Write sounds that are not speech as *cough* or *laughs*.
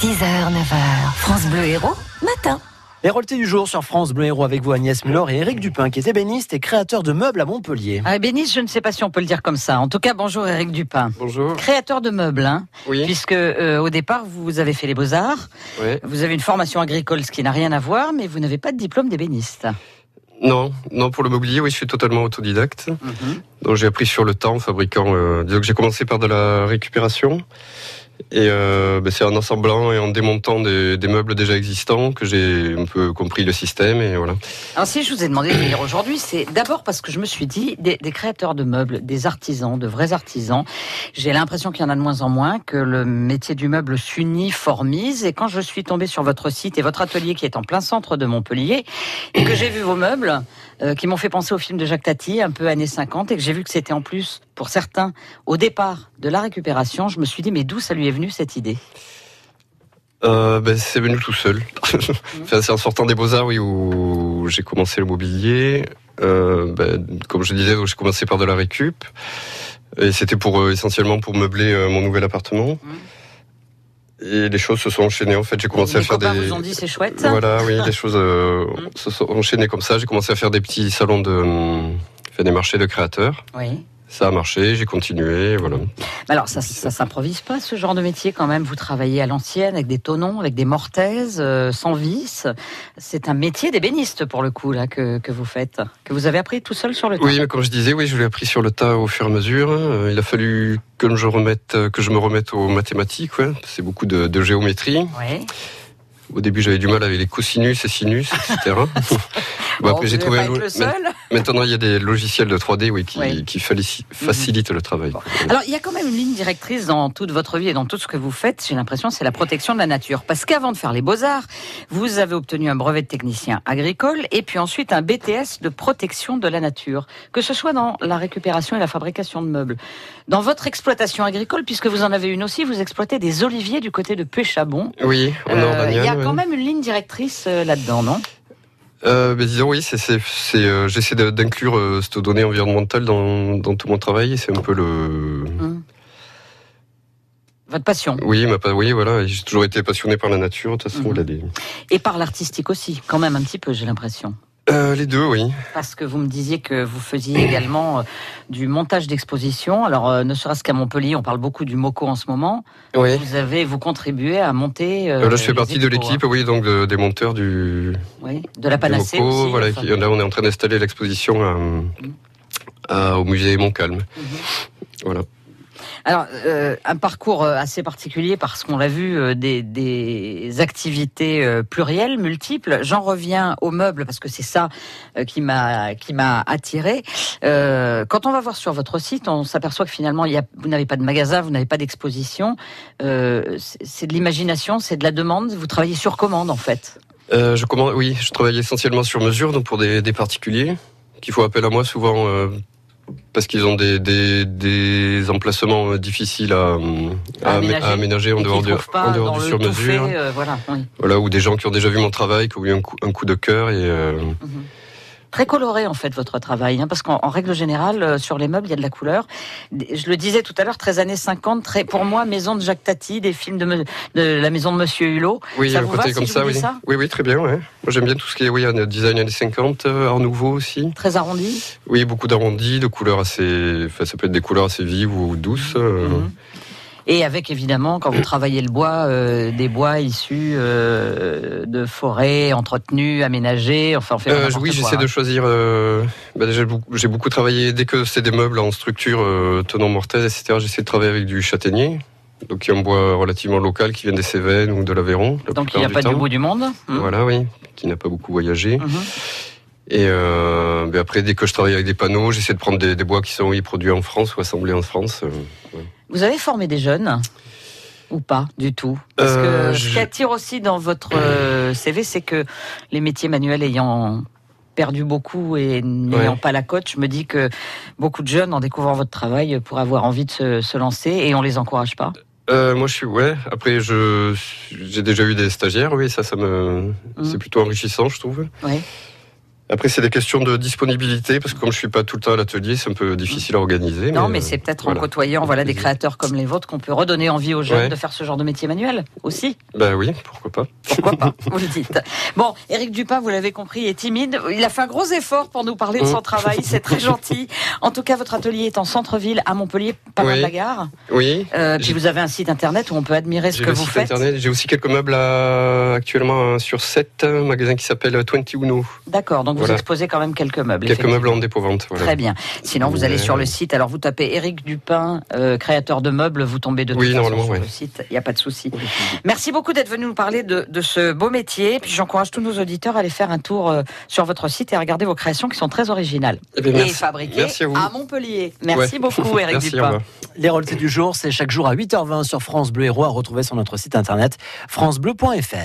6h, 9h, France Bleu Héros, matin. Hérolté du jour sur France Bleu Héros avec vous Agnès Muller et Éric Dupin qui est ébéniste et créateur de meubles à Montpellier. Ah, ébéniste, je ne sais pas si on peut le dire comme ça. En tout cas, bonjour Éric Dupin. Bonjour. Créateur de meubles, hein, Oui. puisque euh, au départ, vous avez fait les beaux-arts, oui. vous avez une formation agricole, ce qui n'a rien à voir, mais vous n'avez pas de diplôme d'ébéniste. Non, non pour le mobilier, oui, je suis totalement autodidacte. Mhm. Donc j'ai appris sur le temps en fabriquant. euh, disons que j'ai commencé par de la récupération. Et euh, ben, c'est en assemblant et en démontant des, des meubles déjà existants que j'ai un peu compris le système et voilà. Alors si je vous ai demandé de venir aujourd'hui, c'est d'abord parce que je me suis dit, des, des créateurs de meubles, des artisans, de vrais artisans, j'ai l'impression qu'il y en a de moins en moins, que le métier du meuble s'uniformise, et quand je suis tombée sur votre site et votre atelier qui est en plein centre de Montpellier, et que j'ai vu vos meubles, euh, qui m'ont fait penser au film de Jacques Tati, un peu années 50, et que j'ai vu que c'était en plus, pour certains, au départ de la récupération, je me suis dit, mais d'où ça lui est venue cette idée Euh, ben, c'est venu tout seul. *laughs* Enfin, c'est en sortant des beaux-arts, oui, où j'ai commencé le mobilier. Euh, ben, comme je disais, j'ai commencé par de la récup. Et c'était pour euh, essentiellement pour meubler euh, mon nouvel appartement. Et les choses se sont enchaînées. En fait, j'ai commencé Les à faire copains des. Euh, vous ont dit, Mm. c'est chouette Voilà, *laughs* oui, les choses euh, se sont enchaînées comme ça. J'ai commencé à faire des petits salons de. hum, faire des marchés de créateurs. Oui. Ça a marché, j'ai continué, voilà. Mais Alors, ça, ça s'improvise pas, ce genre de métier, quand même. Vous travaillez à l'ancienne, avec des tonnons, avec des mortaises, euh, sans vis. C'est un métier d'ébéniste, pour le coup, là, que, que vous faites, que vous avez appris tout seul sur le Oui, mais comme je disais, oui, je l'ai appris sur le tas au fur et à mesure. Euh, Il a fallu que je remette, euh, que je me remette aux mathématiques. ouais. C'est beaucoup de, de géométrie. temps. Oui. Au début, j'avais du mal avec les cosinus et sinus, etc. *laughs* Bon, Bon, Bah, après, vous j'ai devez trouvé. pas un être lo- le seul. Maintenant, il y a des logiciels de 3D, oui, qui, Oui. qui falici- Mhm. facilitent le travail. Alors, il y a quand même une ligne directrice dans toute votre vie et dans tout ce que vous faites, j'ai l'impression, c'est la protection de la nature. Parce qu'avant de faire les beaux-arts, vous avez obtenu un brevet de technicien agricole et puis ensuite un BTS de protection de la nature. Que ce soit dans la récupération et la fabrication de meubles. Dans votre exploitation agricole, puisque vous en avez une aussi, vous exploitez des oliviers du côté de Péchabon. Oui, on est en Euh, Il y a Oranian, quand ouais. même une ligne directrice euh, là-dedans, non Euh, ben, disons oui, c'est c'est- c'est, euh, j'essaie de- d'inclure euh, cette donnée environnementale dans, dans tout mon travail et c'est un peu le Hum. Votre passion. oui ma pa- oui voilà j'ai toujours été passionné par la nature de toute façon Mhm. il a des- Et par l'artistique aussi, quand même un petit peu, j'ai l'impression. Euh, les deux oui Parce que vous me disiez que vous faisiez également euh, du montage d'expositions. Alors, euh, ne serait-ce qu'à Montpellier, on parle beaucoup du MOCO en ce moment. oui Vous avez, vous contribuez à monter. euh, Euh, là je fais les partie de expos, l'équipe oui donc de- des monteurs du hein. Oui, de la du panacée. Moco, aussi, voilà enfin. qui- là on est en train d'installer l'exposition à- à- au musée Montcalm voilà Alors, euh, un parcours euh, assez particulier parce qu'on l'a vu, euh, des, des activités euh, plurielles, multiples. J'en reviens aux meubles parce que c'est ça euh, qui m'a qui m'a attiré. Euh, quand on va voir sur votre site, on s'aperçoit que finalement, il y a, vous n'avez pas de magasin, vous n'avez pas d'exposition. Euh, c'est c'est de l'imagination, c'est de la demande. Vous travaillez sur commande en fait. Euh, je commande, oui, je travaille essentiellement sur mesure, donc pour des, des particuliers qui font appel à moi souvent euh, parce qu'ils ont des, des, des emplacements euh, difficiles à, euh, À à amé- aménager. à aménager en Et dehors qui du, trouvent pas en dehors dans du le sur tout mesure. fait, euh, voilà. oui. Voilà, ou des gens qui ont déjà vu mon travail, qui ont eu un coup, un coup de cœur et euh, Mhm. Très coloré en fait votre travail, hein, parce qu'en en règle générale euh, sur les meubles il y a de la couleur. Des- Je le disais tout à l'heure, 13 années 50, très pour moi maison de Jacques Tati, des films de, me- de la maison de Monsieur Hulot. oui, Ça un vous côté va si comme je ça, vous dis oui. ça oui, oui, très bien. Ouais. Moi, j'aime bien tout ce qui est oui, un design années 50, euh, Art Nouveau aussi. Très arrondi. Oui, beaucoup d'arrondis, de couleurs assez, enfin, ça peut être des couleurs assez vives ou douces. euh, Mhm. Et avec évidemment, quand vous travaillez le bois, euh, des bois issus euh, de forêts entretenues, aménagées, enfin on fait Euh, n'importe oui, quoi, j'essaie de hein. choisir. euh, bah, déjà, j'ai beaucoup- j'ai beaucoup travaillé dès que c'est des meubles en structure, euh, tenant mortaise, etc. J'essaie de travailler avec du châtaignier, donc qui est un bois relativement local, qui vient des Cévennes ou de l'Aveyron. la Donc il plupart n'y a du pas du temps. bout du monde. Mhm. Voilà, oui, qui n'a pas beaucoup voyagé. Mhm. Et euh, bah, après, dès que je travaille avec des panneaux, j'essaie de prendre des, des bois qui sont oui, produits en France ou assemblés en France. euh. Vous avez formé des jeunes ou pas du tout Parce Euh, que ce je- qui attire aussi dans votre euh, CV, c'est que les métiers manuels ayant perdu beaucoup et n'ayant Ouais. pas la cote, je me dis que beaucoup de jeunes, en découvrant votre travail, pourraient avoir envie de se, se lancer et on les encourage pas. Euh, moi, je suis ouais. Après, je j'ai déjà eu des stagiaires, oui, ça, ça me Mhm. c'est plutôt enrichissant, je trouve. Ouais. Après, c'est des questions de disponibilité, parce que comme je suis pas tout le temps à l'atelier, c'est un peu difficile à organiser. Non, mais euh, c'est peut-être en voilà. côtoyant voilà, des plaisir. créateurs comme les vôtres qu'on peut redonner envie aux jeunes Ouais. de faire ce genre de métier manuel aussi. Ben oui, pourquoi pas. Pourquoi pas Vous le dites. Bon, Éric Dupin, vous l'avez compris, est timide. Il a fait un gros effort pour nous parler de son Mm. travail. C'est très gentil. En tout cas, votre atelier est en centre-ville, à Montpellier, pas loin Oui. de la gare. Oui, Euh, puis J'ai- vous avez un site internet où on peut admirer ce j'ai que le vous site faites. internet. J'ai aussi quelques meubles à- actuellement hein, sur 7, un magasin qui s'appelle 21 D'accord, donc vous Voilà. exposez quand même quelques meubles. Quelques effectivement. meubles en dépôt-vente. voilà. Très bien. Sinon, vous Ouais. allez sur le site. Alors, vous tapez Éric Dupin, euh, créateur de meubles. Vous tombez de Oui, toute façon normalement, sur ouais. le site. Il n'y a pas de souci. Merci beaucoup d'être venu nous parler de, de ce beau métier. Puis, j'encourage tous nos auditeurs à aller faire un tour euh, sur votre site et à regarder vos créations qui sont très originales Eh bien, et merci. fabriquées Merci à vous. Montpellier. Merci Ouais. *laughs* beaucoup, Éric Merci, au Dupin. revoir. Les royalties du jour, c'est chaque jour à 8h20 sur France Bleu Héros à retrouver sur notre site internet francebleu.fr.